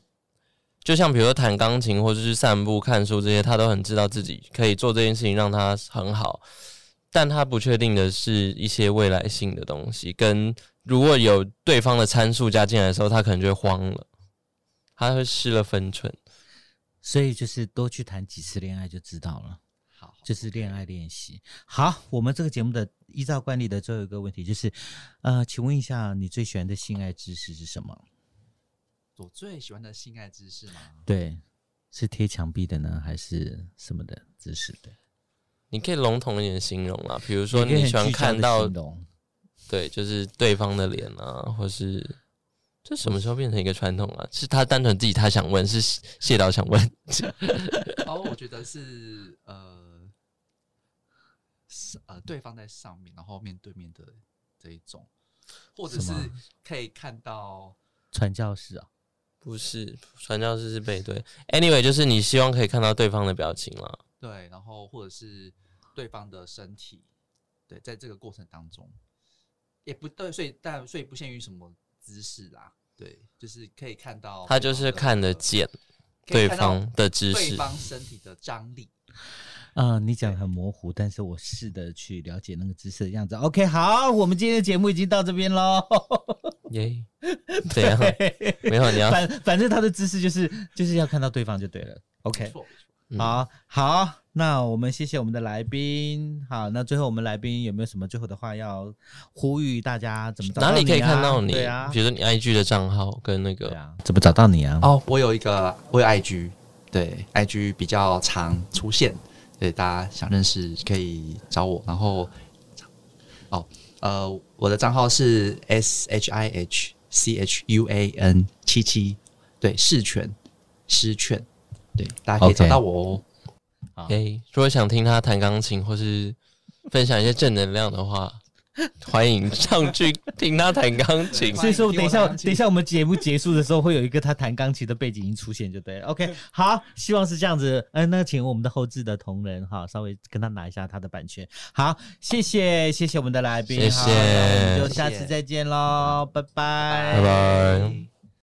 [SPEAKER 2] 就像比如说弹钢琴或者是散步、看书这些，他都很知道自己可以做这件事情让他很好。但他不确定的是一些未来性的东西，跟如果有对方的参数加进来的时候，他可能就会慌了，他会失了分寸。
[SPEAKER 1] 所以就是多去谈几次恋爱就知道了。
[SPEAKER 3] 好，
[SPEAKER 1] 就是恋爱练习。好，我们这个节目的依照惯例的最后一个问题就是，呃，请问一下，你最喜欢的性爱知识是什么？
[SPEAKER 3] 我最喜欢的性爱姿势吗？
[SPEAKER 1] 对，是贴墙壁的呢，还是什么的姿势的？
[SPEAKER 2] 你可以笼统一点形容啊，比如说
[SPEAKER 1] 也可以
[SPEAKER 2] 你
[SPEAKER 1] 很
[SPEAKER 2] 喜欢
[SPEAKER 1] 聚焦
[SPEAKER 2] 看
[SPEAKER 1] 地
[SPEAKER 2] 到
[SPEAKER 1] 形容
[SPEAKER 2] 对，就是对方的脸啊，或是这什么时候变成一个传统啊？是他单纯自己他想问，是谢导想问，
[SPEAKER 3] 哦，我觉得是呃，是呃，对方在上面，然后面对面的这一种，或者
[SPEAKER 1] 什
[SPEAKER 3] 是
[SPEAKER 1] 么
[SPEAKER 3] 可以看到
[SPEAKER 1] 传教士啊、
[SPEAKER 2] 不是传教士是背对。Anyway，就是你希望可以看到对方的表情啦。
[SPEAKER 3] 对，然后或者是对方的身体，对，在这个过程当中，也不对，所以但所以不限于什么姿势啦，对，就是可以看到
[SPEAKER 2] 他
[SPEAKER 3] 对
[SPEAKER 2] 就
[SPEAKER 3] 方
[SPEAKER 2] 是
[SPEAKER 3] 的
[SPEAKER 2] 看得见
[SPEAKER 3] 可
[SPEAKER 2] 对
[SPEAKER 3] 以看到
[SPEAKER 2] 方的姿
[SPEAKER 3] 对
[SPEAKER 2] 势，
[SPEAKER 3] 方身体的张力，
[SPEAKER 1] 啊、你讲很模糊，但是我试着去了解那个姿势的样子。OK，好，我们今天的节目已经到这边 喽。
[SPEAKER 2] 耶，怎样？没有，你要
[SPEAKER 1] 反反正他的姿势就是就是要看到对方就对了。
[SPEAKER 3] 没
[SPEAKER 1] OK，
[SPEAKER 3] 错，没错
[SPEAKER 2] 嗯
[SPEAKER 1] 好好，那我们谢谢我们的来宾。好，那最后我们来宾有没有什么最后的话要呼吁大家？怎么找
[SPEAKER 2] 哪
[SPEAKER 1] 你
[SPEAKER 2] 里
[SPEAKER 1] 啊
[SPEAKER 2] 可以看到你？
[SPEAKER 1] 对啊
[SPEAKER 2] 比，如说你 IG 的账号跟那
[SPEAKER 1] 对
[SPEAKER 2] 个
[SPEAKER 1] 啊，怎么找到你啊？
[SPEAKER 3] 哦，我有一个，我有 IG，对，IG 比较常出现，对大家想认识可以找我。然后，哦，呃，我的账号是 S H I H C H U A N 七七，对，狮犬，狮犬，对，大家可
[SPEAKER 1] OK
[SPEAKER 3] 以找到我哦。
[SPEAKER 1] 好
[SPEAKER 2] 耶。哎如果想听他弹钢琴或是分享一些正能量的话，欢迎上去听他弹 钢琴。
[SPEAKER 1] 所以说，
[SPEAKER 3] 欢迎
[SPEAKER 1] 等一下，
[SPEAKER 3] 听我弹钢琴
[SPEAKER 1] 等一下，我们节目结束的时候会有一个他弹钢琴的背景音出现，就对 了。OK，好，希望是这样子。嗯、那请我们的后置的同仁哈，稍微跟他拿一下他的版权。好，谢谢，谢谢我们的来宾，
[SPEAKER 2] 谢谢
[SPEAKER 1] 好那我们就下次再见喽，拜拜
[SPEAKER 2] 拜拜。